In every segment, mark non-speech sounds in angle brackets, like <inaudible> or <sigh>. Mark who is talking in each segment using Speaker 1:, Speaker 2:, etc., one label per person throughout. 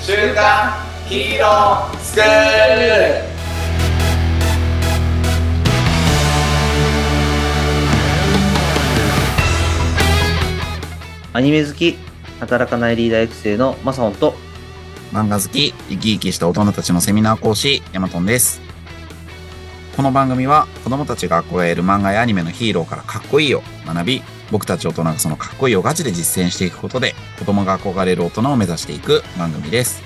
Speaker 1: 週刊ヒーロースクール
Speaker 2: アニメ好き、働かないリーダー育成のマサオンと、
Speaker 3: 漫画好き、生き生きした大人たちのセミナー講師、ヤマトンです。この番組は子供たちが憧れる漫画やアニメのヒーローからかっこいいを学び、僕たち大人がそのかっこいいをガチで実践していくことで、子供が憧れる大人を目指していく番組です。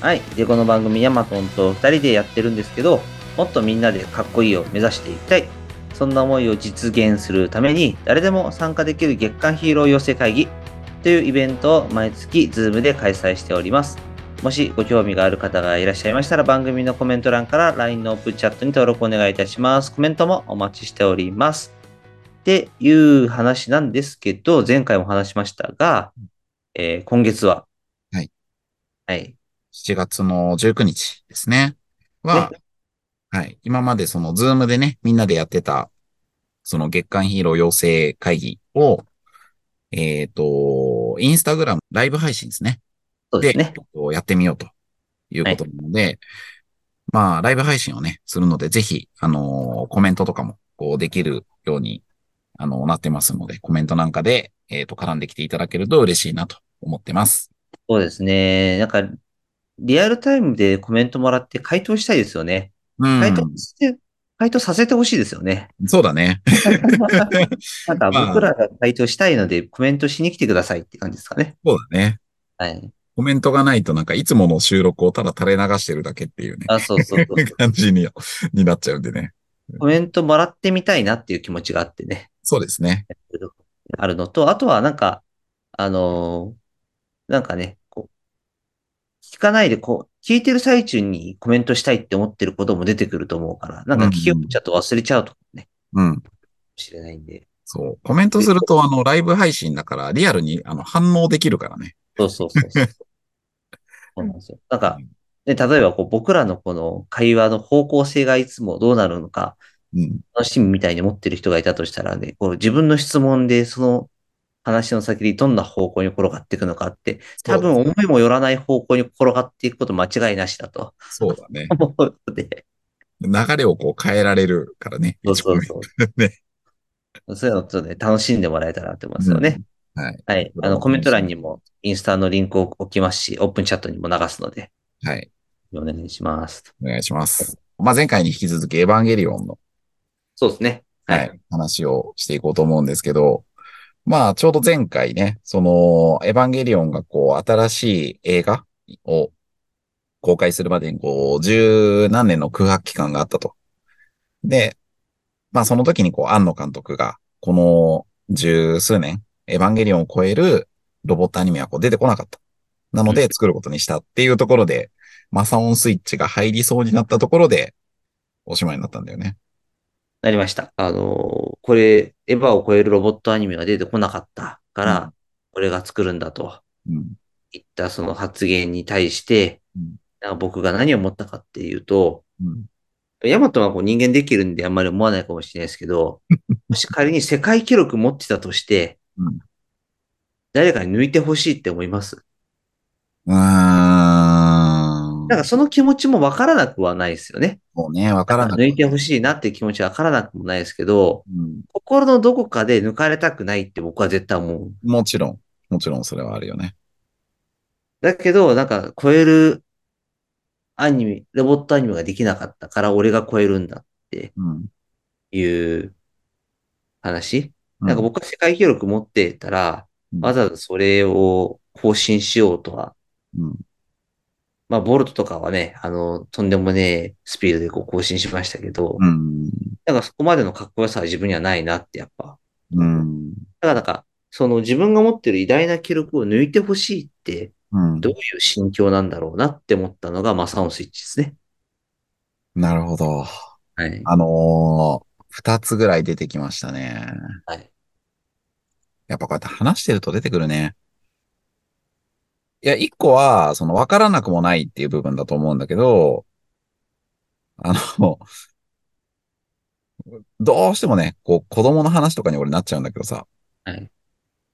Speaker 2: はい。で、この番組ヤマトンと二人でやってるんですけど、もっとみんなでかっこいいを目指していきたい。そんな思いを実現するために、誰でも参加できる月間ヒーロー養成会議というイベントを毎月 Zoom で開催しております。もしご興味がある方がいらっしゃいましたら、番組のコメント欄から LINE のオープンチャットに登録お願いいたします。コメントもお待ちしております。っていう話なんですけど、前回も話しましたが、えー今月は、
Speaker 3: はい。
Speaker 2: はい。
Speaker 3: 7月の19日ですね。は、はい。今までそのズームでね、みんなでやってた、その月間ヒーロー養成会議を、えっ、と、インスタグラムライブ配信ですね。
Speaker 2: そうですね。
Speaker 3: やってみようということなので、まあ、ライブ配信をね、するので、ぜひ、あのーコメントとかも、こう、できるように、あのなってますので、コメントなんかで、えっ、と、絡んできていただけると嬉しいなと思ってます。
Speaker 2: そうですね。なんか、リアルタイムでコメントもらって回答したいですよね。
Speaker 3: う
Speaker 2: 回答
Speaker 3: ん。
Speaker 2: して、回答させてほしいですよ <laughs> ね。
Speaker 3: そうだね。 <laughs>
Speaker 2: なんか
Speaker 3: まあ
Speaker 2: 僕らが回答したいのでコメントしに来てくださいって感じですかね。
Speaker 3: そうだね。
Speaker 2: はい。
Speaker 3: コメントがないとなんかいつもの収録をただ垂れ流してるだけっていうね、
Speaker 2: あ、そうそうそう。 <laughs>
Speaker 3: 感じにになっちゃうんでね。
Speaker 2: コメントもらってみたいなっていう気持ちがあってね。
Speaker 3: そうですね。
Speaker 2: あるのと、あとはなんか、あのーなんかね、こう、聞かないで、こう、聞いてる最中にコメントしたいって思ってることも出てくると思うから、なんか聞き終わっちゃうと忘れちゃうとかね、か
Speaker 3: うん。
Speaker 2: もしれないんで。
Speaker 3: そう。コメントするとあの、ライブ配信だからリアルにあの反応できるからね。
Speaker 2: そうそうそう <laughs> そう。そうなんですよ。なんか、ね、例えばこう僕らのこの会話の方向性がいつもどうなるのか、
Speaker 3: うん。
Speaker 2: 楽しみみたいに思ってる人がいたとしたらね、こう自分の質問でその話の先にどんな方向に転がっていくのかって、多分思いもよらない方向に転がっていくこと間違いなしだと <laughs>
Speaker 3: そうだね。
Speaker 2: 思うので、
Speaker 3: 流れをこう変えられるからね。
Speaker 2: そうそうそう。
Speaker 3: ね
Speaker 2: <laughs> そういうのとね、楽しんでもらえたらと思いますよね。
Speaker 3: はい。
Speaker 2: はい。あの、コメント欄にもインスタのリンクを置きますし、オープンチャットにも流すので、
Speaker 3: はい。
Speaker 2: お願いします。
Speaker 3: お願いします。まあ、前回に引き続きエヴァンゲリオンの、
Speaker 2: そうですね。は。
Speaker 3: はいい、話をしていこうと思うんですけど、まあ、ちょうど前回ね、その、エヴァンゲリオンがこう、新しい映画を公開するまでに、こう、十何年の空白期間があったと。で、まあ、その時にこう、庵野監督が、この十数年、エヴァンゲリオンを超えるロボットアニメはこう出てこなかった。なので、作ることにしたっていうところで、マサオンスイッチが入りそうになったところで、おしまいになったんだよね。
Speaker 2: なりました。あのーこれ、エヴァを超えるロボットアニメが出てこなかったから、
Speaker 3: う
Speaker 2: 俺が作るんだと
Speaker 3: うん。
Speaker 2: 言ったその発言に対して、
Speaker 3: うん
Speaker 2: なんか僕が何を思ったかっていうと、
Speaker 3: うん
Speaker 2: ヤマトはこう人間できるんであんまり思わないかもしれないですけ <laughs> ど、もし仮に世界記録持ってたとして、
Speaker 3: うん
Speaker 2: 誰かに抜いてほしいって思います。
Speaker 3: うーん。
Speaker 2: なんかその気持ちもわからなくはないですよね。
Speaker 3: もうね、わからなく
Speaker 2: 抜いてほしいなっていう気持ちはわからなくもないですけど、
Speaker 3: うん
Speaker 2: 心のどこかで抜かれたくないって僕は絶対思う。
Speaker 3: もちろん、もちろんそれはあるよね。
Speaker 2: だけど、なんか超えるアニメ、ロボットアニメができなかったから俺が超えるんだっ
Speaker 3: うん。
Speaker 2: ていう話。
Speaker 3: うん
Speaker 2: なんか僕は世界記録持ってたら、
Speaker 3: うん
Speaker 2: わざわざそれを更新しようとは。
Speaker 3: うん
Speaker 2: まあ、ボルトとかはね、あの、とんでもねえスピードでこう更新しましたけど、
Speaker 3: うん。
Speaker 2: なんかそこまでのかっこよさは自分にはないなってやっぱ。
Speaker 3: うん。
Speaker 2: だからなんか、その自分が持ってる偉大な記録を抜いてほしいって、
Speaker 3: うん
Speaker 2: どういう心境なんだろうなって思ったのが、まあ、サオンスイッチですね。
Speaker 3: なるほど。
Speaker 2: はい。
Speaker 3: あのー、二つぐらい出てきましたね。
Speaker 2: はい。
Speaker 3: やっぱこうやって話してると出てくるね。いや、一個は、その、わからなくもないっていう部分だと思うんだけど、あの、どうしてもね、こう、子供の話とかに俺なっちゃうんだけどさ、
Speaker 2: はい。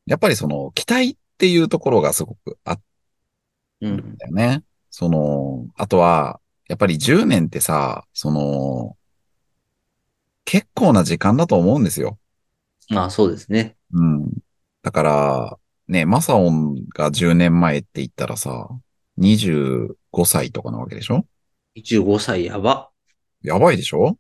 Speaker 3: やっぱりその期待っていうところがすごくあっ
Speaker 2: うん。
Speaker 3: だよね。その、あとは、やっぱり10年ってさ、その、結構な時間だと思うんですよ。
Speaker 2: まあそうですね。
Speaker 3: うん。だから、ね、マサオンが10年前って言ったらさ、25歳とかなわけでしょ
Speaker 2: 25歳やば。
Speaker 3: やばいでしょ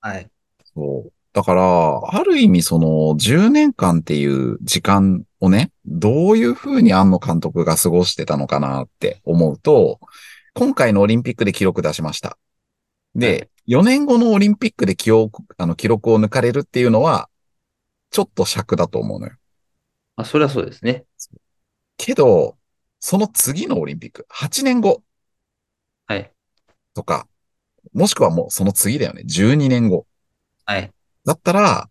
Speaker 2: はい。
Speaker 3: そう。だから、ある意味その10年間っていう時間をね、どういうふうに庵野監督が過ごしてたのかなって思うと、今回のオリンピックで記録出しました。で、4年後のオリンピックで記憶あの記録を抜かれるっていうのは、ちょっと尺だと思うのよ。
Speaker 2: まあそれはそうですね。
Speaker 3: けど、その次のオリンピック、8年後
Speaker 2: はい。
Speaker 3: とか、もしくはもうその次だよね、12年後。
Speaker 2: はい。
Speaker 3: だったら、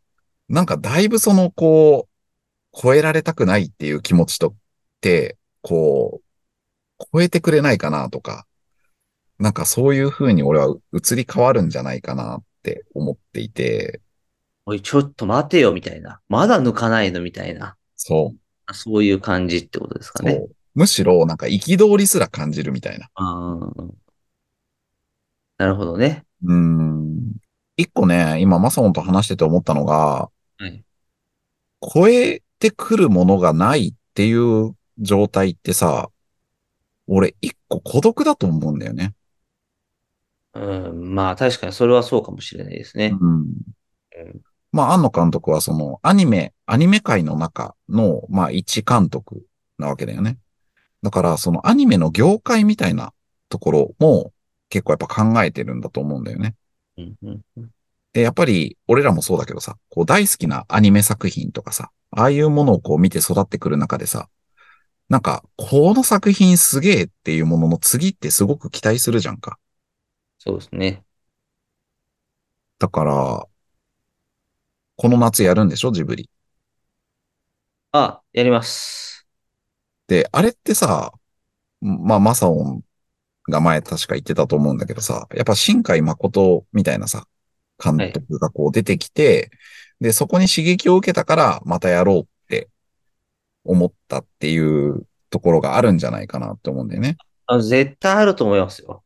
Speaker 3: なんかだいぶその、こう、超えられたくないっていう気持ちとって、こう、超えてくれないかなとか、なんかそういう風に俺は移り変わるんじゃないかなって思っていて、
Speaker 2: おい、ちょっと待てよ、みたいな。まだ抜かないの、みたいな。
Speaker 3: そう、
Speaker 2: そういう感じってことですか
Speaker 3: そ
Speaker 2: ね。
Speaker 3: う。むしろなんか憤りすら感じるみたいな。
Speaker 2: あーなるほどね。
Speaker 3: うーん。一個ね、今マサオンと話してて思ったのが、
Speaker 2: はい
Speaker 3: 超えてくるものがないっていう状態ってさ、俺一個孤独だと思うんだよね。
Speaker 2: うん、まあ確かにそれはそうかもしれないですね。
Speaker 3: うん。まあ、庵野監督はそのアニメ、アニメ界の中の、まあ、一監督なわけだよね。だから、そのアニメの業界みたいなところも結構やっぱ考えてるんだと思うんだよね。
Speaker 2: うんうんうん
Speaker 3: で、やっぱり、俺らもそうだけどさ、こう大好きなアニメ作品とかさ、ああいうものをこう見て育ってくる中でさ、なんか、この作品すげえっていうものの次ってすごく期待するじゃんか。
Speaker 2: そうですね。
Speaker 3: だから、この夏やるんでしょ、ジブリ。
Speaker 2: あ、やります。
Speaker 3: で、あれってさ、まあ、マサオンが前確か言ってたと思うんだけどさ、やっぱ新海誠みたいなさ、監督がこう出てきて、で、そこに刺激を受けたから、またやろうって思ったっていうところがあるんじゃないかなって思うんだよね。
Speaker 2: あ絶対あると思いますよ。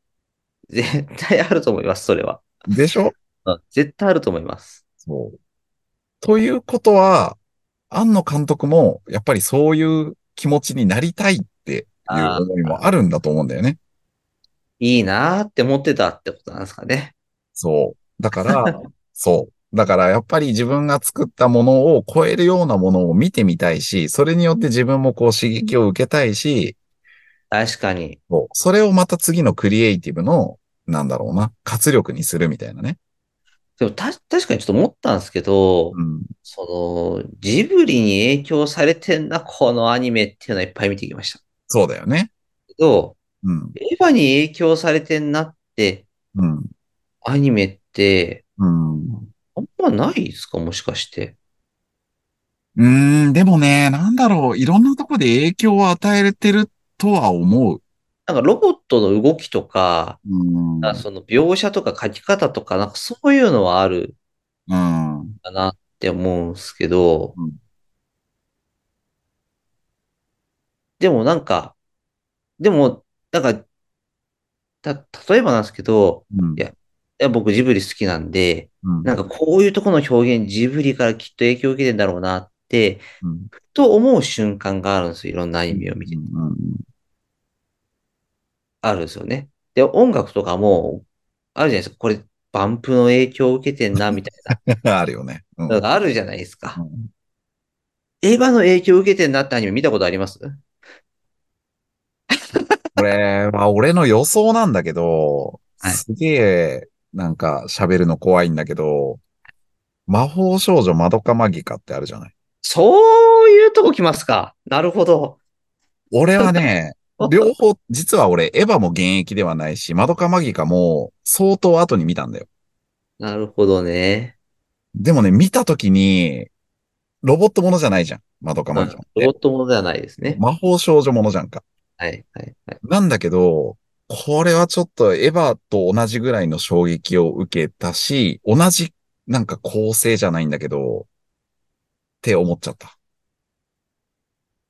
Speaker 2: 絶対あると思います、それは。
Speaker 3: でしょ
Speaker 2: うん絶対あると思います。
Speaker 3: そう。ということは、庵野監督も、やっぱりそういう気持ちになりたいっていう思いもあるんだと思うんだよね。
Speaker 2: いいなーって思ってたってことなんですかね。
Speaker 3: そう。だから、そう。だからやっぱり自分が作ったものを超えるようなものを見てみたいし、それによって自分もこう刺激を受けたいし、
Speaker 2: 確かに。
Speaker 3: そうそれをまた次のクリエイティブの、なんだろうな、活力にするみたいなね。
Speaker 2: でもた確かにちょっと思ったんですけど、
Speaker 3: うん。
Speaker 2: その、ジブリに影響されてんな、このアニメっていうのはいっぱい見てきました。
Speaker 3: そうだよね。
Speaker 2: けど、
Speaker 3: うん。
Speaker 2: エヴァに影響されてんなって、
Speaker 3: うん。
Speaker 2: アニメって、
Speaker 3: うん。
Speaker 2: あんまないですかもしかして。
Speaker 3: うーん、でもね、なんだろう、いろんなとこで影響を与えれてるとは思う。
Speaker 2: なんかロボットの動きとか、
Speaker 3: うん。
Speaker 2: なんかその描写とか書き方とか、なんかそういうのはある
Speaker 3: うん。
Speaker 2: かなって思うんですけど、
Speaker 3: うん
Speaker 2: でもなんか、でも、なんか、た、例えばなんですけど、
Speaker 3: うん
Speaker 2: いやいや僕ジブリ好きなんで、
Speaker 3: うん
Speaker 2: なんかこういうとこの表現、ジブリからきっと影響を受けてんだろうなって、
Speaker 3: うん
Speaker 2: ふと思う瞬間があるんですよ。いろんなアニメを見て。
Speaker 3: うん
Speaker 2: あるんですよね。で、音楽とかも、あるじゃないですか。これ、バンプの影響を受けてんな、みたいな。
Speaker 3: あるよね。うん。
Speaker 2: なんかあるじゃないですか
Speaker 3: う。ん
Speaker 2: エヴァの影響を受けてんなってアニメ見たことあります
Speaker 3: これは俺の予想なんだけど、
Speaker 2: はい
Speaker 3: すげえ、なんか喋るの怖いんだけど、魔法少女マドカマギカってあるじゃない。
Speaker 2: そういうとこ来ますか。なるほど。、
Speaker 3: 俺はね
Speaker 2: <laughs>
Speaker 3: 両方、実は俺、エヴァも現役ではないし、マドカマギカも相当後に見たんだよ。
Speaker 2: なるほどね。
Speaker 3: でもね、見た時に、ロボットものじゃないじゃん。マドカマギカっ
Speaker 2: ロボ
Speaker 3: て。
Speaker 2: ットものではないですね。
Speaker 3: 魔法少女ものじゃんか。
Speaker 2: はい、はい、はい。
Speaker 3: なんだけど、これはちょっとエヴァと同じぐらいの衝撃を受けたし、同じなんか構成じゃないんだけど、って思っちゃった。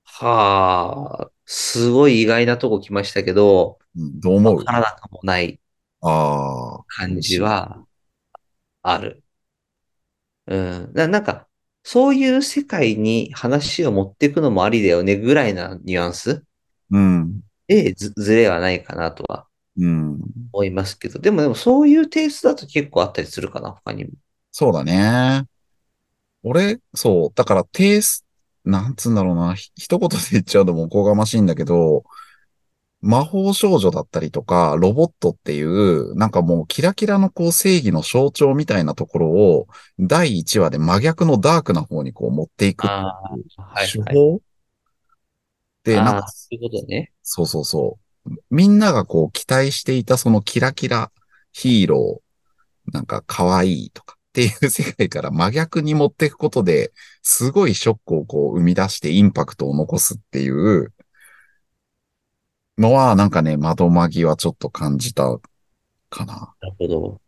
Speaker 2: はあ、すごい意外なとこ来ましたけど、
Speaker 3: うんどう思うあ
Speaker 2: 体かもない
Speaker 3: あー。
Speaker 2: 感じはある。うん。な、なんか、そういう世界に話を持っていくのもありだよねぐらいなニュアンス
Speaker 3: うん。
Speaker 2: でず、ずれはないかなとは
Speaker 3: うん。
Speaker 2: 思いますけど、でもでもそういうテイストだと結構あったりするかな、他にも。
Speaker 3: そうだね。俺、そう。だから、テイス、なんつうんだろうな。ひ一言で言っちゃうのもおこがましいんだけど、魔法少女だったりとか、ロボットっていう、なんかもうキラキラのこう正義の象徴みたいなところを、第1話で真逆のダークな方にこう持っていくって
Speaker 2: あ
Speaker 3: いう
Speaker 2: あ、はい、
Speaker 3: 手
Speaker 2: はい。
Speaker 3: 法で、なん
Speaker 2: あ
Speaker 3: か
Speaker 2: あ、そういうことね。
Speaker 3: そうそうそう。みんながこう期待していたそのキラキラ、ヒーロー、なんか可愛いとかっていう世界から真逆に持っていくことで、すごいショックをこう生み出してインパクトを残すっていうのは、なんかね、窓間際はちょっと感じたかな。
Speaker 2: なるほど。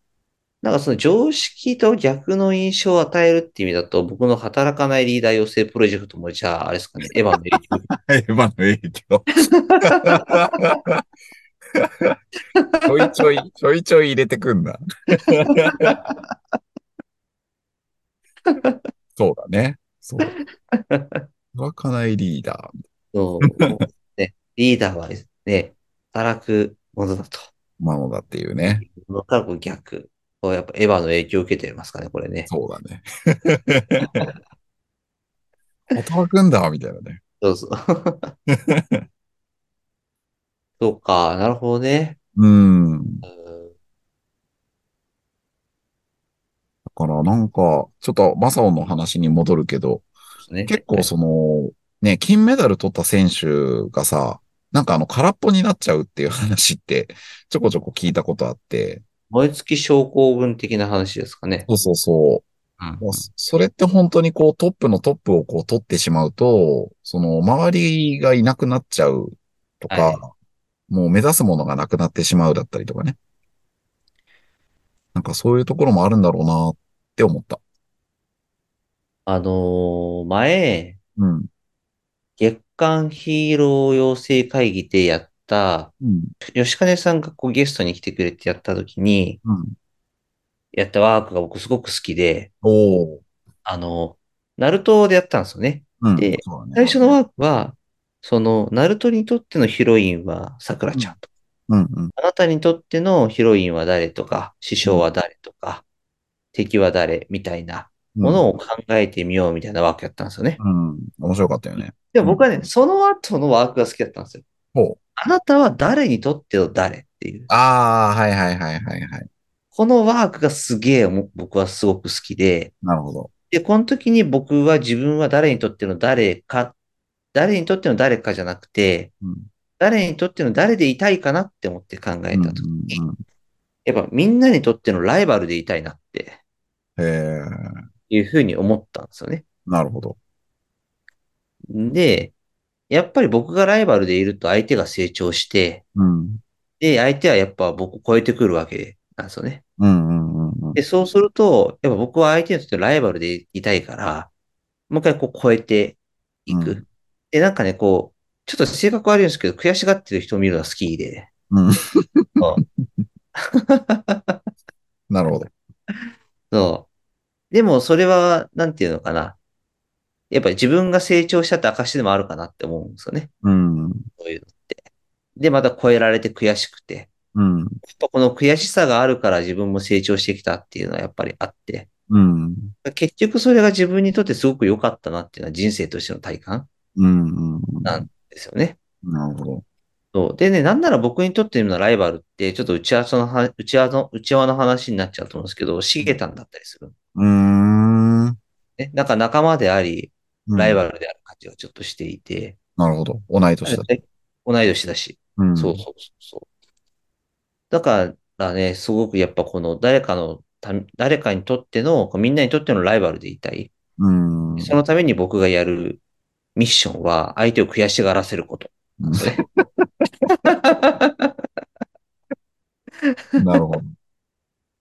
Speaker 2: なんかその常識と逆の印象を与えるっていう意味だと、僕の働かないリーダー養成プロジェクトも、じゃあ、あれですか <laughs> ね、エヴァの影響
Speaker 3: はい、今の影響。ちょいちょい、ちょいちょい入れてくん <laughs> だ。そうだね。 <laughs> そう。わかないリーダー。
Speaker 2: そうね、リーダーはね、働くものだと。
Speaker 3: なのだっていうね。
Speaker 2: だからこう逆。こうやっぱエヴァの影響を受けてますかね、これね。
Speaker 3: そうだ <laughs> ね。働くんだ、みたいなね。
Speaker 2: そう <laughs> そう。そうか、なるほどね。
Speaker 3: うん。
Speaker 2: うん
Speaker 3: だからなんか、ちょっとマサオの話に戻るけど、
Speaker 2: ね
Speaker 3: 結構その、ね、金メダル取った選手がさ、なんかあの空っぽになっちゃうっていう話って、ちょこちょこ聞いたことあって、
Speaker 2: 燃え尽き症候群的な話ですかね。
Speaker 3: そうそうそうう。もうそそれって本当にこうトップのトップをこう取ってしまうと、その周りがいなくなっちゃうとか、
Speaker 2: はい
Speaker 3: もう目指すものがなくなってしまうだったりとかね。なんかそういうところもあるんだろうなって思った。
Speaker 2: あのー前、
Speaker 3: うん。
Speaker 2: 月刊ヒーロー養成会議でやった、
Speaker 3: うん。
Speaker 2: 吉金さんがこうゲストに来てくれてやった時に、
Speaker 3: うん。
Speaker 2: やったワークが僕すごく好きで、
Speaker 3: おー。
Speaker 2: あの、ナルトでやったんですよね。
Speaker 3: うん。
Speaker 2: で
Speaker 3: そうだね
Speaker 2: 最初のワークは、その、ナルトにとってのヒロインは桜ちゃんと。
Speaker 3: うんうん。
Speaker 2: あなたにとってのヒロインは誰とか、師匠は誰とか、敵は誰みたいなものを考えてみようみたいなワークやったんですよね。
Speaker 3: うん。うん。面白かったよね。
Speaker 2: でも僕はね、その後のワークが好きだったんですよ。
Speaker 3: ほう。
Speaker 2: あなたは誰にとっての誰っていう。
Speaker 3: ああ、はいはいはいはいはい。
Speaker 2: このワークがすげえも僕はすごく好きで、
Speaker 3: なるほど。
Speaker 2: で、この時に僕は自分は誰にとっての誰か、誰にとっての誰かじゃなくて、
Speaker 3: うん。
Speaker 2: 誰にとっての誰でいたいかなって思って考えたと。
Speaker 3: うんうん
Speaker 2: やっぱみんなにとってのライバルでいたいなって
Speaker 3: うん、へえ、
Speaker 2: いうふうに思ったんですよね。
Speaker 3: なるほど。
Speaker 2: で、やっぱり僕がライバルでいると相手が成長して、
Speaker 3: うん。
Speaker 2: で、相手はやっぱ僕を超えてくるわけなんですよね。
Speaker 3: うんうんうんうん。
Speaker 2: で、そうすると、やっぱ僕は相手にとってライバルでいたいから、もう一回こう超えていく。
Speaker 3: うん
Speaker 2: で、なんかね、こう、ちょっと性格悪いんですけど、悔しがってる人を見るのが好きで。
Speaker 3: うん
Speaker 2: そう
Speaker 3: なるほど。
Speaker 2: そう。でも、それは、なんていうのかな。やっぱり自分が成長したって証でもあるかなって思うんですよね。
Speaker 3: うん。
Speaker 2: そういうのって。で、また超えられて悔しくて。やっ
Speaker 3: うん。
Speaker 2: ぱこの悔しさがあるから自分も成長してきたっていうのはやっぱりあって。
Speaker 3: うん。
Speaker 2: 結局それが自分にとってすごく良かったなっていうのは人生としての体感
Speaker 3: うんうんうん。
Speaker 2: なんですよね。
Speaker 3: なるほど。
Speaker 2: そう。でね、なんなら僕にとってのライバルって、ちょっと内輪の話、内輪の、内輪の話になっちゃうと思うんですけど、シゲタンだったりする。
Speaker 3: うーん。
Speaker 2: ね、なんか仲間であり、
Speaker 3: うん
Speaker 2: ライバルである感じがちょっとしていて、
Speaker 3: なるほど。同い年だ。
Speaker 2: 同い年だし、
Speaker 3: うん。
Speaker 2: そうそうそうそう。だからね、すごくやっぱこの誰かのため、誰かにとっての、こうみんなにとってのライバルでいたい。
Speaker 3: うん。
Speaker 2: そのために僕がやるミッションは、相手を悔しがらせること。 <laughs>
Speaker 3: うん <laughs> なるほど。
Speaker 2: だか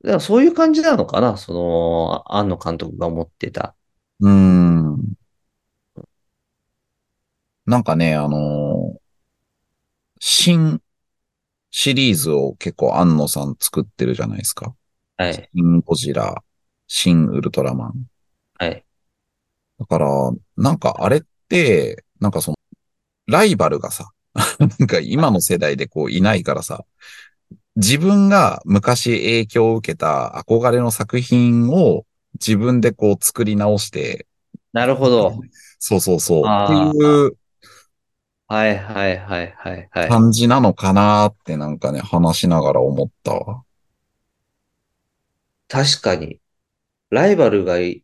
Speaker 2: らそういう感じなのかな、その、庵野監督が思ってた。
Speaker 3: うーん。なんかね、あのー新シリーズを結構安野さん作ってるじゃないですか。
Speaker 2: はい。
Speaker 3: シンゴジラ、シンウルトラマン。
Speaker 2: はい。
Speaker 3: だから、なんかあれって、なんかその、ライバルがさ、 <laughs> なんか今の世代でこういないからさ、自分が昔影響を受けた憧れの作品を自分でこう作り直して、
Speaker 2: なるほど。
Speaker 3: そうそうそう、
Speaker 2: あー
Speaker 3: っていう
Speaker 2: はいはいはいはいはい。
Speaker 3: 感じなのかなってなんかね、話しながら思ったわ。
Speaker 2: 確かに。ライバルがい、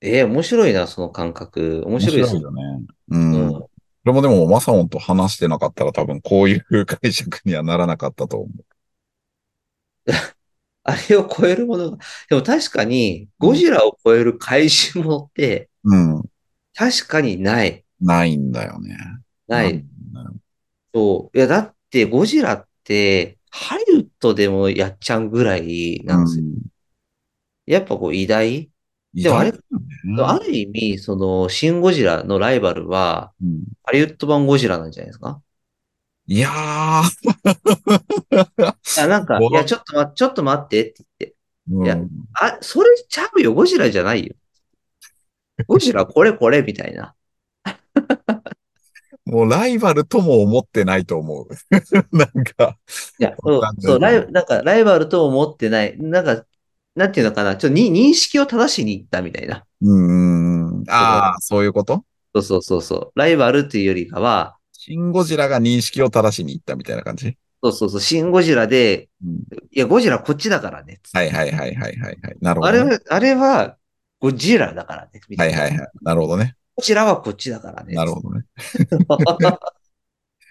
Speaker 2: ええ面白いな、その感覚。面白いですね。
Speaker 3: よね。うん。これもでも、マサオンと話してなかったら多分こういう解釈にはならなかったと思う。
Speaker 2: あれを超えるものが、でも確かに、ゴジラを超える怪獣ものって、
Speaker 3: うん。
Speaker 2: 確かにない。ない。
Speaker 3: ないんだよね。
Speaker 2: ない。
Speaker 3: んだよね。
Speaker 2: そう。いや、だって、ゴジラって、ハリウッドでもやっちゃうぐらいなんですよ。
Speaker 3: うん
Speaker 2: やっぱこう、偉大。
Speaker 3: 意
Speaker 2: でもあれ
Speaker 3: 外だよ
Speaker 2: あ
Speaker 3: ね
Speaker 2: る意味、その、シン・ゴジラのライバルは、
Speaker 3: うん
Speaker 2: ハリウッド版ゴジラなんじゃないですか
Speaker 3: いやー。
Speaker 2: いや、なんか、
Speaker 3: ご
Speaker 2: いや、ちょっと待って、ちょっと待ってって言って。
Speaker 3: うん
Speaker 2: いやあ、それちゃうよ、ゴジラじゃないよ。ゴジラ、これこれ、みたいな。
Speaker 3: もうライバルとも思ってないと思う。 <laughs> なんか、
Speaker 2: いや、そう
Speaker 3: わかんない、
Speaker 2: そう、ライなんか、ライバルとも思ってない。なんか、なんていうのかな、ちょっとに認識を正しに行ったみたいな。
Speaker 3: うん。ああ、そういうこと
Speaker 2: そうそうそうそう。ライバルっていうよりかは、
Speaker 3: シンゴジラが認識を正しに行ったみたいな感じ
Speaker 2: そうそうそう、シン・ゴジラで、
Speaker 3: うん
Speaker 2: いや、ゴジラこっちだからね。
Speaker 3: はいはいはいはいはいはい。なるほ
Speaker 2: あ
Speaker 3: どね、
Speaker 2: れは、あれは、ゴジラだからね。みた
Speaker 3: はいい
Speaker 2: な。
Speaker 3: はいはい。なるほどね。
Speaker 2: ゴジラはこっちだからね。
Speaker 3: なるほどね。
Speaker 2: ど。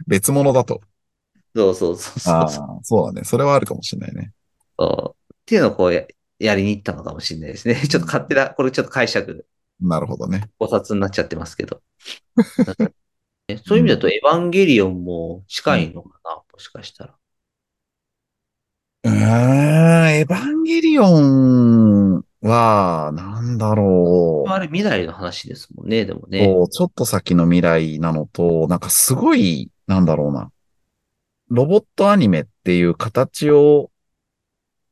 Speaker 3: 別物だと。
Speaker 2: <laughs> そうそうそうそ
Speaker 3: あ
Speaker 2: う
Speaker 3: あ。ー、そうだね。それはあるかもしれないね。
Speaker 2: そうっていうのをこうややりに行ったのかもしれないですね。ちょっと勝手な、これちょっと解釈、
Speaker 3: なるほどね。
Speaker 2: お札になっちゃってますけど。うんえそういう意味だと、エヴァンゲリオンも近いのかな、もしかしたら。
Speaker 3: うーん、エヴァンゲリオンは、なんだろう。
Speaker 2: あれ未来の話ですもんね、でもね。
Speaker 3: そう、ちょっと先の未来なのと、なんかすごい、なんだろうな。ロボットアニメっていう形を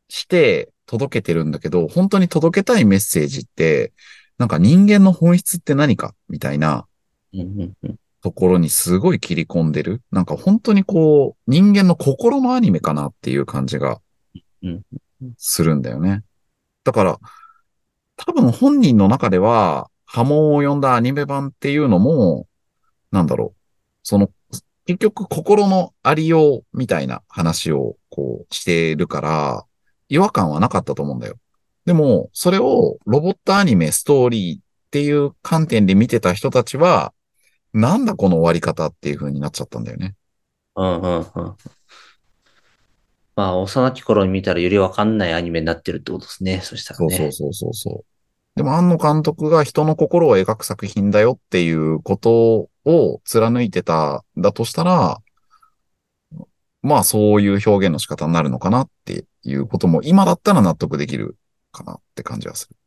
Speaker 3: して届けてるんだけど、本当に届けたいメッセージって、なんか人間の本質って何かみたいな
Speaker 2: うんうんうん
Speaker 3: ところにすごい切り込んでる。なんか本当にこう、人間の心のアニメかなっていう感じが
Speaker 2: うん
Speaker 3: するんだよね。だから、多分本人の中では波紋を呼んだアニメ版っていうのも、なんだろう。その、結局心のありようみたいな話をこうしてるから、違和感はなかったと思うんだよ。でも、それをロボットアニメストーリーっていう観点で見てた人たちは、なんだこの終わり方っていう風になっちゃったんだよね。
Speaker 2: うんうんうん。まあ、幼き頃に見たらよりわかんないアニメになってるってことですね。そしたら
Speaker 3: そう
Speaker 2: ね。
Speaker 3: そうそうそうそう。でも、庵野監督が人の心を描く作品だよっていうことを貫いてたんだとしたら、まあそういう表現の仕方になるのかなっていうことも今だったら納得できるかなって感じはする。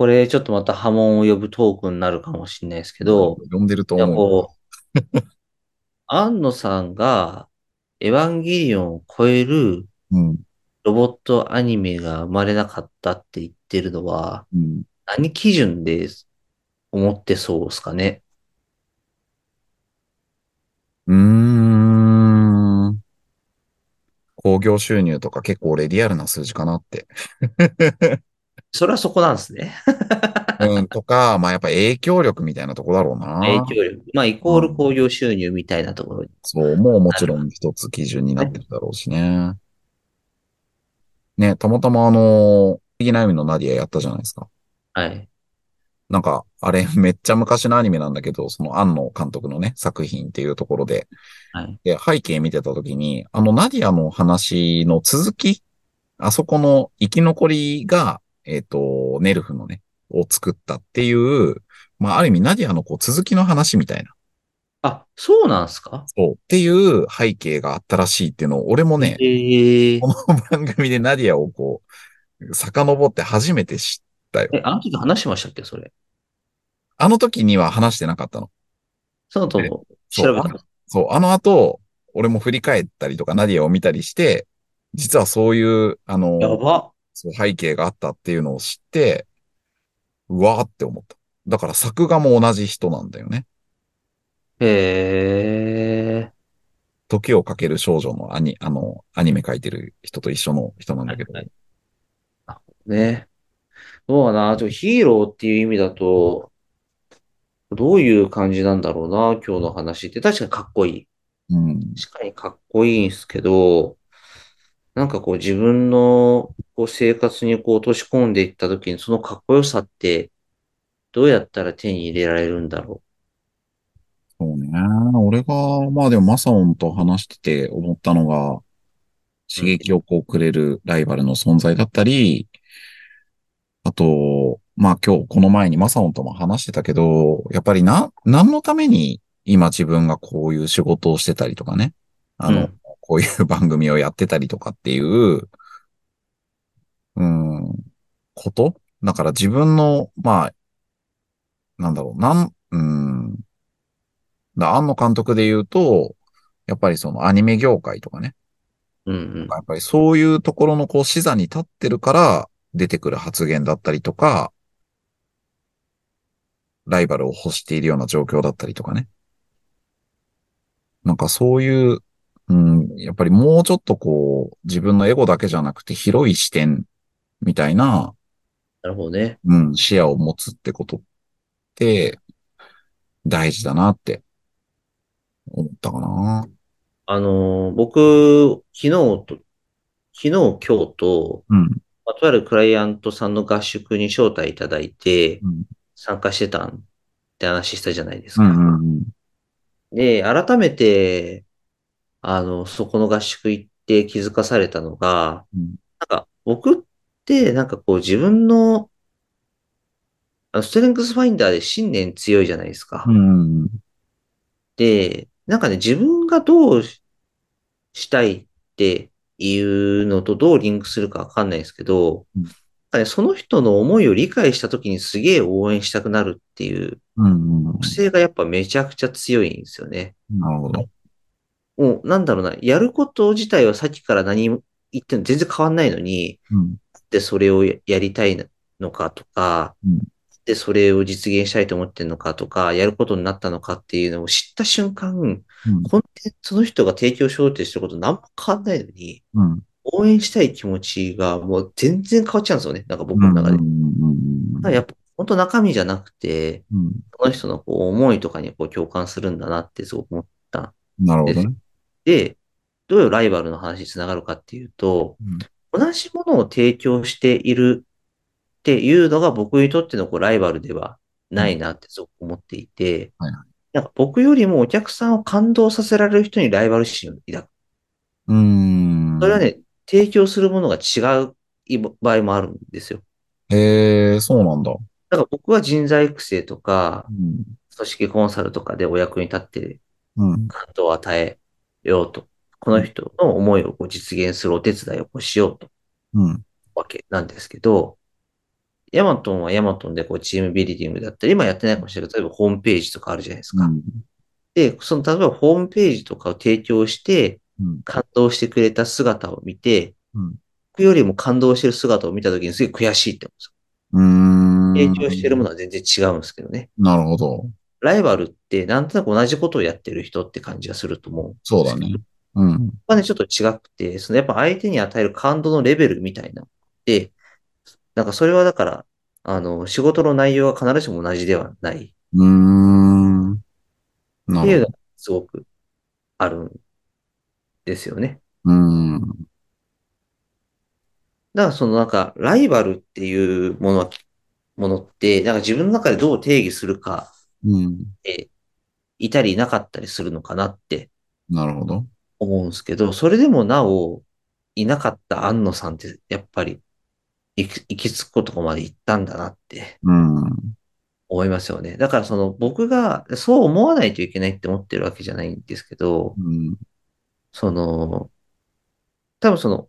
Speaker 2: これ、ちょっとまた波紋を呼ぶトークになるかもしれないですけど、
Speaker 3: 読んでると
Speaker 2: いや、
Speaker 3: 思う。
Speaker 2: こう、安野さんが、エヴァンゲリオンを超える
Speaker 3: うん。
Speaker 2: ロボットアニメが生まれなかったって言ってるのは、
Speaker 3: うん。
Speaker 2: 何基準で思ってそうですかね。
Speaker 3: うーん。興行収入とか結構俺リアルな数字かなって。
Speaker 2: それはそこなんですね。
Speaker 3: うん。とか、 <laughs> まあやっぱ影響力みたいなとこだろうな。
Speaker 2: 影響力。まあ、イコール興行収入みたいなところに。
Speaker 3: そう、もうもちろん一つ基準になってるだろうしね。ね、たまたまあの、不思議な海のナディアやったじゃないですか。
Speaker 2: はい。
Speaker 3: なんか、あれ、 <laughs> めっちゃ昔のアニメなんだけど、その庵野監督のね、作品っていうところで、
Speaker 2: はい。
Speaker 3: で、背景見てた時に、あの、ナディアの話の続き、あそこの生き残りが、えっ、と、ネルフのね、を作ったっていう、まあ、ある意味、ナディアのこう続きの話みたいな、
Speaker 2: あ、そうなんですか
Speaker 3: そう、っていう背景があったらしいっていうのを、俺もね、
Speaker 2: ええ
Speaker 3: この番組でナディアをこう、遡って初めて知ったよ。
Speaker 2: え、あの時話しましたっけそれ。
Speaker 3: あの時には話してなかったの。
Speaker 2: そのと
Speaker 3: え
Speaker 2: 調べた
Speaker 3: そうそう、あの後、俺も振り返ったりとか、ナディアを見たりして、実はそういう、あの、
Speaker 2: やば。
Speaker 3: そう背景があったっていうのを知って、うわーって思った。だから作画も同じ人なんだよね。
Speaker 2: へえ。
Speaker 3: 時をかける少女のアニあのアニメ描いてる人と一緒の人なんだけど。
Speaker 2: はいね。どうかな。ちょヒーローっていう意味だと、どういう感じなんだろうな、今日の話って。確かにかっこいい。
Speaker 3: うん。
Speaker 2: 確かにかっこいいんですけど、なんかこう自分のこう生活にこう落とし込んでいった時にそのかっこよさってどうやったら手に入れられるんだろ
Speaker 3: そうね。俺が、まあでもマサオンと話してて思ったのが、刺激をこうくれるライバルの存在だったり、あと、まあ今日この前にマサオンとも話してたけど、やっぱりな、何のために今自分がこういう仕事をしてたりとかね、あ
Speaker 2: う
Speaker 3: の、
Speaker 2: ん
Speaker 3: こういう番組をやってたりとかっていう、うん、ことだから自分の、まあ、なんだろう、なん、うん、だ庵野監督で言うと、やっぱりそのアニメ業界とかね、
Speaker 2: う。うん
Speaker 3: やっぱりそういうところのこう視座に立ってるから出てくる発言だったりとか、ライバルを欲しているような状況だったりとかね。なんかそういう、うん、やっぱりもうちょっとこう自分のエゴだけじゃなくて広い視点みたいな、
Speaker 2: なるほどね。
Speaker 3: うん、視野を持つってことって大事だなって思ったかな。
Speaker 2: あのー僕、昨日と、昨日、今日と、
Speaker 3: うん。
Speaker 2: まあとあるクライアントさんの合宿に招待いただいて
Speaker 3: うん
Speaker 2: 参加してたんって話したじゃないです
Speaker 3: う
Speaker 2: か。
Speaker 3: んうんうん。
Speaker 2: で、改めて、あの、そこの合宿行って気づかされたのが、
Speaker 3: うん
Speaker 2: なんか、僕って、なんかこう自分の、あのストレングスファインダーで信念強いじゃないですか。
Speaker 3: うんうん
Speaker 2: で、なんかね、自分がどうししたいっていうのとどうリンクするかわかんないですけど、
Speaker 3: うん
Speaker 2: なんかね、その人の思いを理解した時にすげえ応援したくなるっていう
Speaker 3: うんうん。
Speaker 2: 癖がやっぱめちゃくちゃ強いんですよね。
Speaker 3: なるほど。
Speaker 2: もう、なんだろうな、やること自体はさっきから何も言っても全然変わんないのに、
Speaker 3: うん。
Speaker 2: で、それをややりたいのかとか
Speaker 3: うん、
Speaker 2: で、それを実現したいと思ってるのかとか、やることになったのかっていうのを知った瞬間、
Speaker 3: うん
Speaker 2: コンテンツの人が提供しようとしてること何も変わんないのに、
Speaker 3: うん。
Speaker 2: 応援したい気持ちがもう全然変わっちゃうんですよね。なんか僕の中で。
Speaker 3: う
Speaker 2: だ
Speaker 3: んうん
Speaker 2: からやっぱ、本当中身じゃなくて、
Speaker 3: うんうん
Speaker 2: その人のこう思いとかにこう共感するんだなってすごく思って
Speaker 3: なるほどね。
Speaker 2: で、どういうライバルの話につながるかっていうと、
Speaker 3: うん
Speaker 2: 同じものを提供しているっていうのが僕にとってのこうライバルではないなってすごく思っていて、
Speaker 3: はいは
Speaker 2: なんか僕よりもお客さんを感動させられる人にライバル心を抱く。
Speaker 3: うーん。
Speaker 2: それはね、提供するものが違う場合もあるんですよ。
Speaker 3: へえ、そうなんだ。
Speaker 2: だから僕は人材育成とか
Speaker 3: う、ん。
Speaker 2: 組織コンサルとかでお役に立って
Speaker 3: うん。
Speaker 2: 感動を与えようと。この人の思いをこう実現するお手伝いをこうしようと。
Speaker 3: うん。
Speaker 2: わけなんですけど、ヤマトンはヤマトンでこうチームビルディングだったり、今やってないかもしれないけど、例えばホームページとかあるじゃないですか。
Speaker 3: うん
Speaker 2: で、その例えばホームページとかを提供して、
Speaker 3: うん
Speaker 2: 感動してくれた姿を見て、
Speaker 3: うん
Speaker 2: 僕よりも感動してる姿を見たときにすげえ悔しいって
Speaker 3: うーん。
Speaker 2: 思うんですよ。提供してるものは全然違うんですけどね。
Speaker 3: なるほど。
Speaker 2: ライバルってなんとなく同じことをやってる人って感じがすると思う。
Speaker 3: そうだね。うん。
Speaker 2: はね、ちょっと違くて、そのやっぱ相手に与える感動のレベルみたいなので、なんかそれはだから、あの、仕事の内容が必ずしも同じではないっ
Speaker 3: うーん。な
Speaker 2: ていう
Speaker 3: る
Speaker 2: のがすごくあるんですよね。
Speaker 3: ほど。うん。
Speaker 2: だからそのなんか、ライバルっていうものは、ものって、なんか自分の中でどう定義するか、
Speaker 3: うん。
Speaker 2: いたりいなかったりするのかなって
Speaker 3: なるほど。
Speaker 2: 思うんですけど、それでもなお、いなかった安野さんって、やっぱり、行き行き着くことこまで行ったんだなって。
Speaker 3: うん。
Speaker 2: 思いますよね。だからその僕がそう思わないといけないって思ってるわけじゃないんですけど、
Speaker 3: うん。
Speaker 2: その、多分その、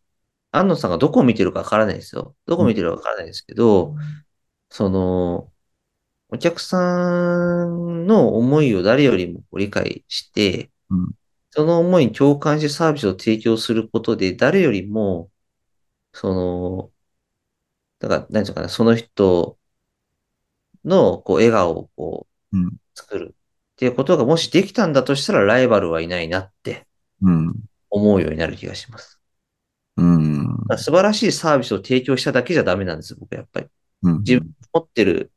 Speaker 2: 安野さんがどこを見てるかわからないですよ。どこを見てるかわからないですけど、その、お客さんの思いを誰よりも理解して、
Speaker 3: うん
Speaker 2: その思いに共感してサービスを提供することで、誰よりも、その、だから、なんていうのかな、その人の、こう、笑顔をこう
Speaker 3: うん、
Speaker 2: 作るっていうことが、もしできたんだとしたら、ライバルはいないなって
Speaker 3: うん。
Speaker 2: 思うようになる気がします。
Speaker 3: うん。
Speaker 2: だから素晴らしいサービスを提供しただけじゃダメなんですよ、僕はやっぱり。
Speaker 3: うん。
Speaker 2: 自分持ってる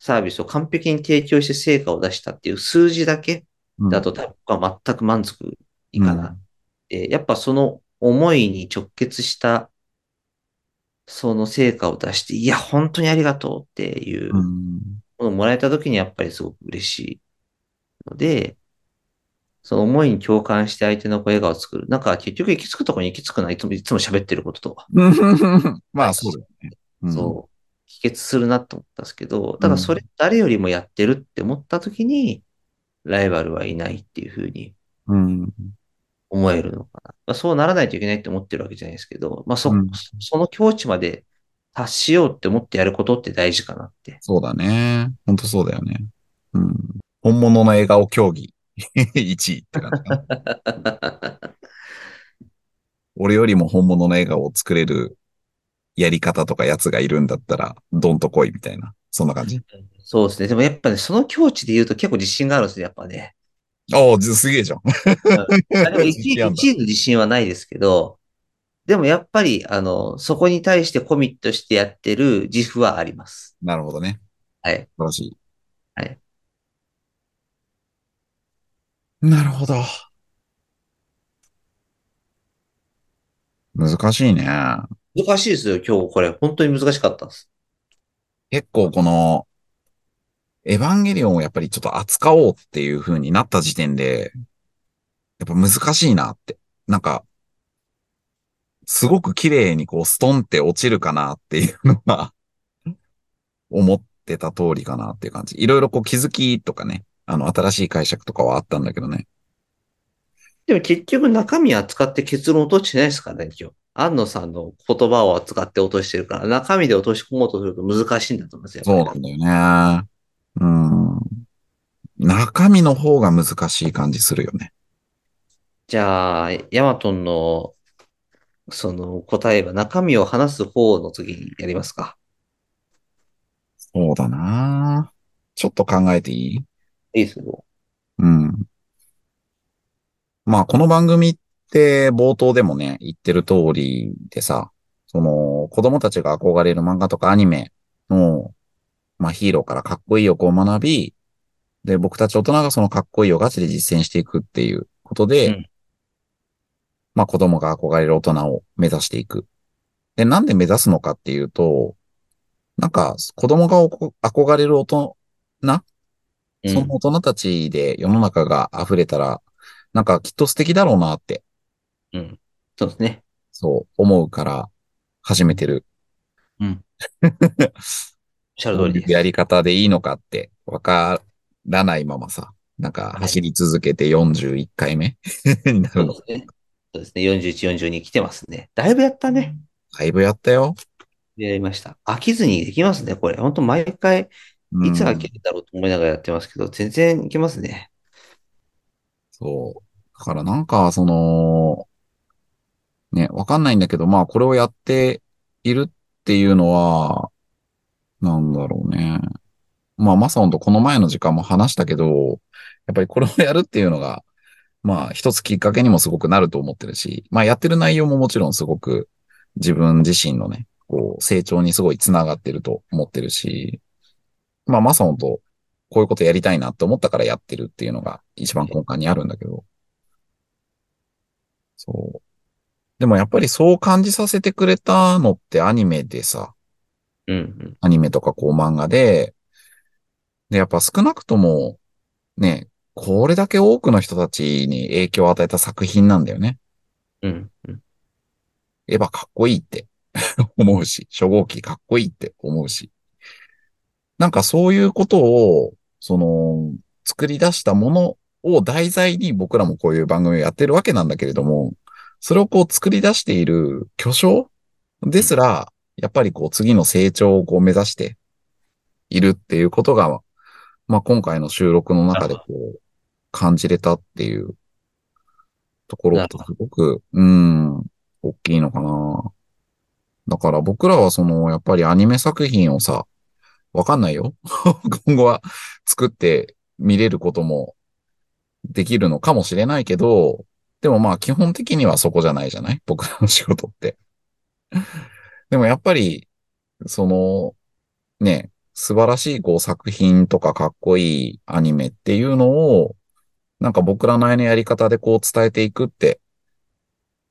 Speaker 2: サービスを完璧に提供して成果を出したっていう数字だけだと多分僕は全く満足いかない。えーやっぱその思いに直結した、その成果を出して、いや、本当にありがとうっていう
Speaker 3: う
Speaker 2: も
Speaker 3: ん。
Speaker 2: のをもらえた時にやっぱりすごく嬉しいので、その思いに共感して相手のこう笑顔を作る。なんか結局行き着くところに行き着くのはいつも、いつも喋ってることとか。
Speaker 3: うん。まあ、そうだよね。うん
Speaker 2: そう、帰結するなと思ったんですけど、ただそれ誰よりもやってるって思った時に、ライバルはいないっていうふうに
Speaker 3: うん。
Speaker 2: 思えるのかな。まあ、そうならないといけないって思ってるわけじゃないですけど、まあそ、
Speaker 3: うん
Speaker 2: その境地まで達しようって思ってやることって大事かなって。
Speaker 3: そうだね。本当そうだよね。うん。本物の笑顔競技 <laughs> 1位って感じかな。俺よりも本物の笑顔を作れるやり方とかやつがいるんだったら、どんと来いみたいな。そんな感じ。
Speaker 2: そうですね。でもやっぱね、その境地で言うと結構自信があるんですね、やっぱね。
Speaker 3: ああ、ずすげえじゃん。
Speaker 2: あでも 1,
Speaker 3: <laughs> 違うんだ
Speaker 2: 位の自信はないですけど、でもやっぱり、あの、そこに対してコミットしてやってる自負はあります。
Speaker 3: なるほどね。
Speaker 2: はい。
Speaker 3: 素晴らしい。
Speaker 2: はい。
Speaker 3: なるほど。難しいね。
Speaker 2: 難しいですよ、今日これ。本当に難しかったです。
Speaker 3: 結構この、エヴァンゲリオンをやっぱりちょっと扱おうっていう風になった時点で、やっぱ難しいなって。なんか、すごく綺麗にこうストンって落ちるかなっていうのは、 <laughs> 思ってた通りかなっていう感じ。いろいろこう気づきとかね、あの新しい解釈とかはあったんだけどね。
Speaker 2: でも結局中身扱って結論落としてないですからね、今日。安野さんの言葉を扱って落としてるから、中身で落とし込もうとすると難しいんだと思いますよ。
Speaker 3: そう
Speaker 2: やっぱり
Speaker 3: なんだよね。うん。中身の方が難しい感じするよね。
Speaker 2: じゃあ、ヤマトンの、その答えは中身を話す方の時にやりますか。
Speaker 3: そうだなちょっと考えていい
Speaker 2: いいですよ。
Speaker 3: うん。まあ、この番組って冒頭でもね、言ってる通りでさ、その、子供たちが憧れる漫画とかアニメの、まあ、ヒーローからかっこいい欲を学び、で、僕たち大人がそのかっこいいをガチで実践していくっていうことで、
Speaker 2: うん
Speaker 3: まあ、子供が憧れる大人を目指していく。で、なんで目指すのかっていうと、なんか、子供がおこ憧れる大人
Speaker 2: うん
Speaker 3: その大人たちで世の中が溢れたら、なんかきっと素敵だろうなって、
Speaker 2: うん。そうですね。
Speaker 3: そう思うから始めてる。
Speaker 2: おっしゃる
Speaker 3: どう
Speaker 2: 通りで
Speaker 3: いう
Speaker 2: す。
Speaker 3: やり方でいいのかってわからないままさ、なんか走り続けて41回目 <laughs> にな
Speaker 2: そ
Speaker 3: る
Speaker 2: う
Speaker 3: の
Speaker 2: で。すね。そうですね。41、42来てますね。だいぶやったね。
Speaker 3: だいぶやったよ。
Speaker 2: やりました。飽きずにできますね、これ。本当毎回、
Speaker 3: うん
Speaker 2: いつが切るんだろうと思いながらやってますけど、全然いけますね。
Speaker 3: そう。だからなんか、その、ね、わかんないんだけど、まあこれをやっているっていうのは、なんだろうね。まあまさほんとこの前の時間も話したけど、やっぱりこれをやるっていうのが、まあ一つきっかけにもすごくなると思ってるし、まあやってる内容ももちろんすごく自分自身のね、こう成長にすごいつながってると思ってるし、まあまさほんとこういうことやりたいなって思ったからやってるっていうのが一番根幹にあるんだけど。そう。でもやっぱりそう感じさせてくれたのってアニメでさ、
Speaker 2: うん、うん。
Speaker 3: アニメとかこう漫画で、で、やっぱ少なくとも、ね、これだけ多くの人たちに影響を与えた作品なんだよね。
Speaker 2: うん、うん。
Speaker 3: エヴァかっこいいって <laughs> 思うし、初号機かっこいいって思うし。なんかそういうことを、その、作り出したものを題材に僕らもこういう番組をやってるわけなんだけれども、それをこう作り出している巨匠ですら、やっぱりこう次の成長をこう目指しているっていうことが、まあ今回の収録の中でこう、感じれたっていうところ
Speaker 2: な
Speaker 3: っ
Speaker 2: る
Speaker 3: て
Speaker 2: ほ
Speaker 3: すごく、うん、大きいのかな。だから僕らはその、やっぱりアニメ作品をさ、わかんないよ。 <laughs> 今後は作って見れることもできるのかもしれないけど、でもまあ基本的にはそこじゃないじゃない僕らの仕事って。 <laughs> でもやっぱり、その、ね、素晴らしいこう作品とかかっこいいアニメっていうのを、なんか僕らなりのやり方でこう伝えていくって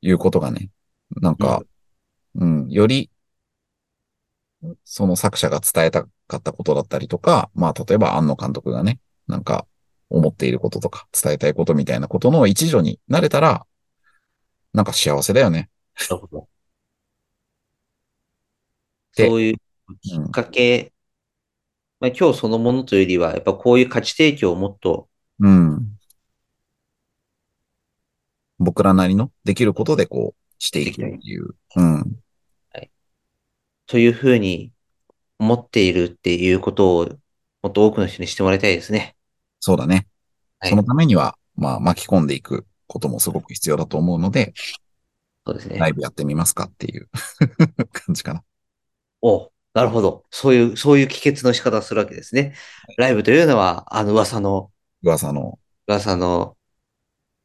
Speaker 3: いうことがね、なんか、うん、より、その作者が伝えたかったことだったりとか、まあ例えば庵野監督がね、なんか思っていることとか伝えたいことみたいなことの一助になれたら、なんか幸せだよね。
Speaker 2: なるほど。
Speaker 3: で
Speaker 2: そういうきっかけ、まあ、今日そのものというよりは、やっぱこういう価値提供をもっと、
Speaker 3: うん。僕らなりのできることでこうしていきたいっていう。うん。
Speaker 2: というふうに思っているっていうことを、もっと多くの人にしてもらいたいですね。
Speaker 3: そうだね。
Speaker 2: はい
Speaker 3: そのためには、まあ巻き込んでいくこともすごく必要だと思うので、
Speaker 2: そうですね。
Speaker 3: ライブやってみますかっていう <laughs> 感じかな。
Speaker 2: おなるほど。そういう、そういう帰結の仕方をするわけですね。ライブというのは、あの噂の、
Speaker 3: 噂の
Speaker 2: 噂の、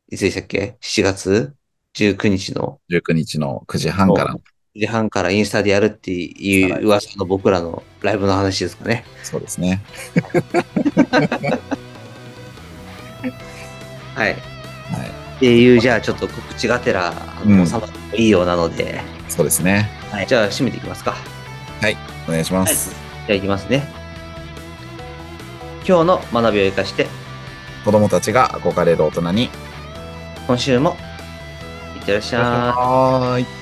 Speaker 2: いつでしたっけ ?7 月19日の
Speaker 3: 19日の9時半から、
Speaker 2: 9時半からインスタでやるっていう噂の僕らのライブの話ですかね。
Speaker 3: そうですね。
Speaker 2: はい。
Speaker 3: はい。
Speaker 2: っていう、じゃあちょっと告知がてら、あ
Speaker 3: うん
Speaker 2: の、収まってもいいようなので、
Speaker 3: そうですね。
Speaker 2: はい、じゃあ締めていきますか。
Speaker 3: お願いします。
Speaker 2: じゃあいきますね。今日の学びを生かして、
Speaker 3: 子供たちが憧れる大人に。
Speaker 2: 今週も、いってらっしゃい。
Speaker 3: はーい。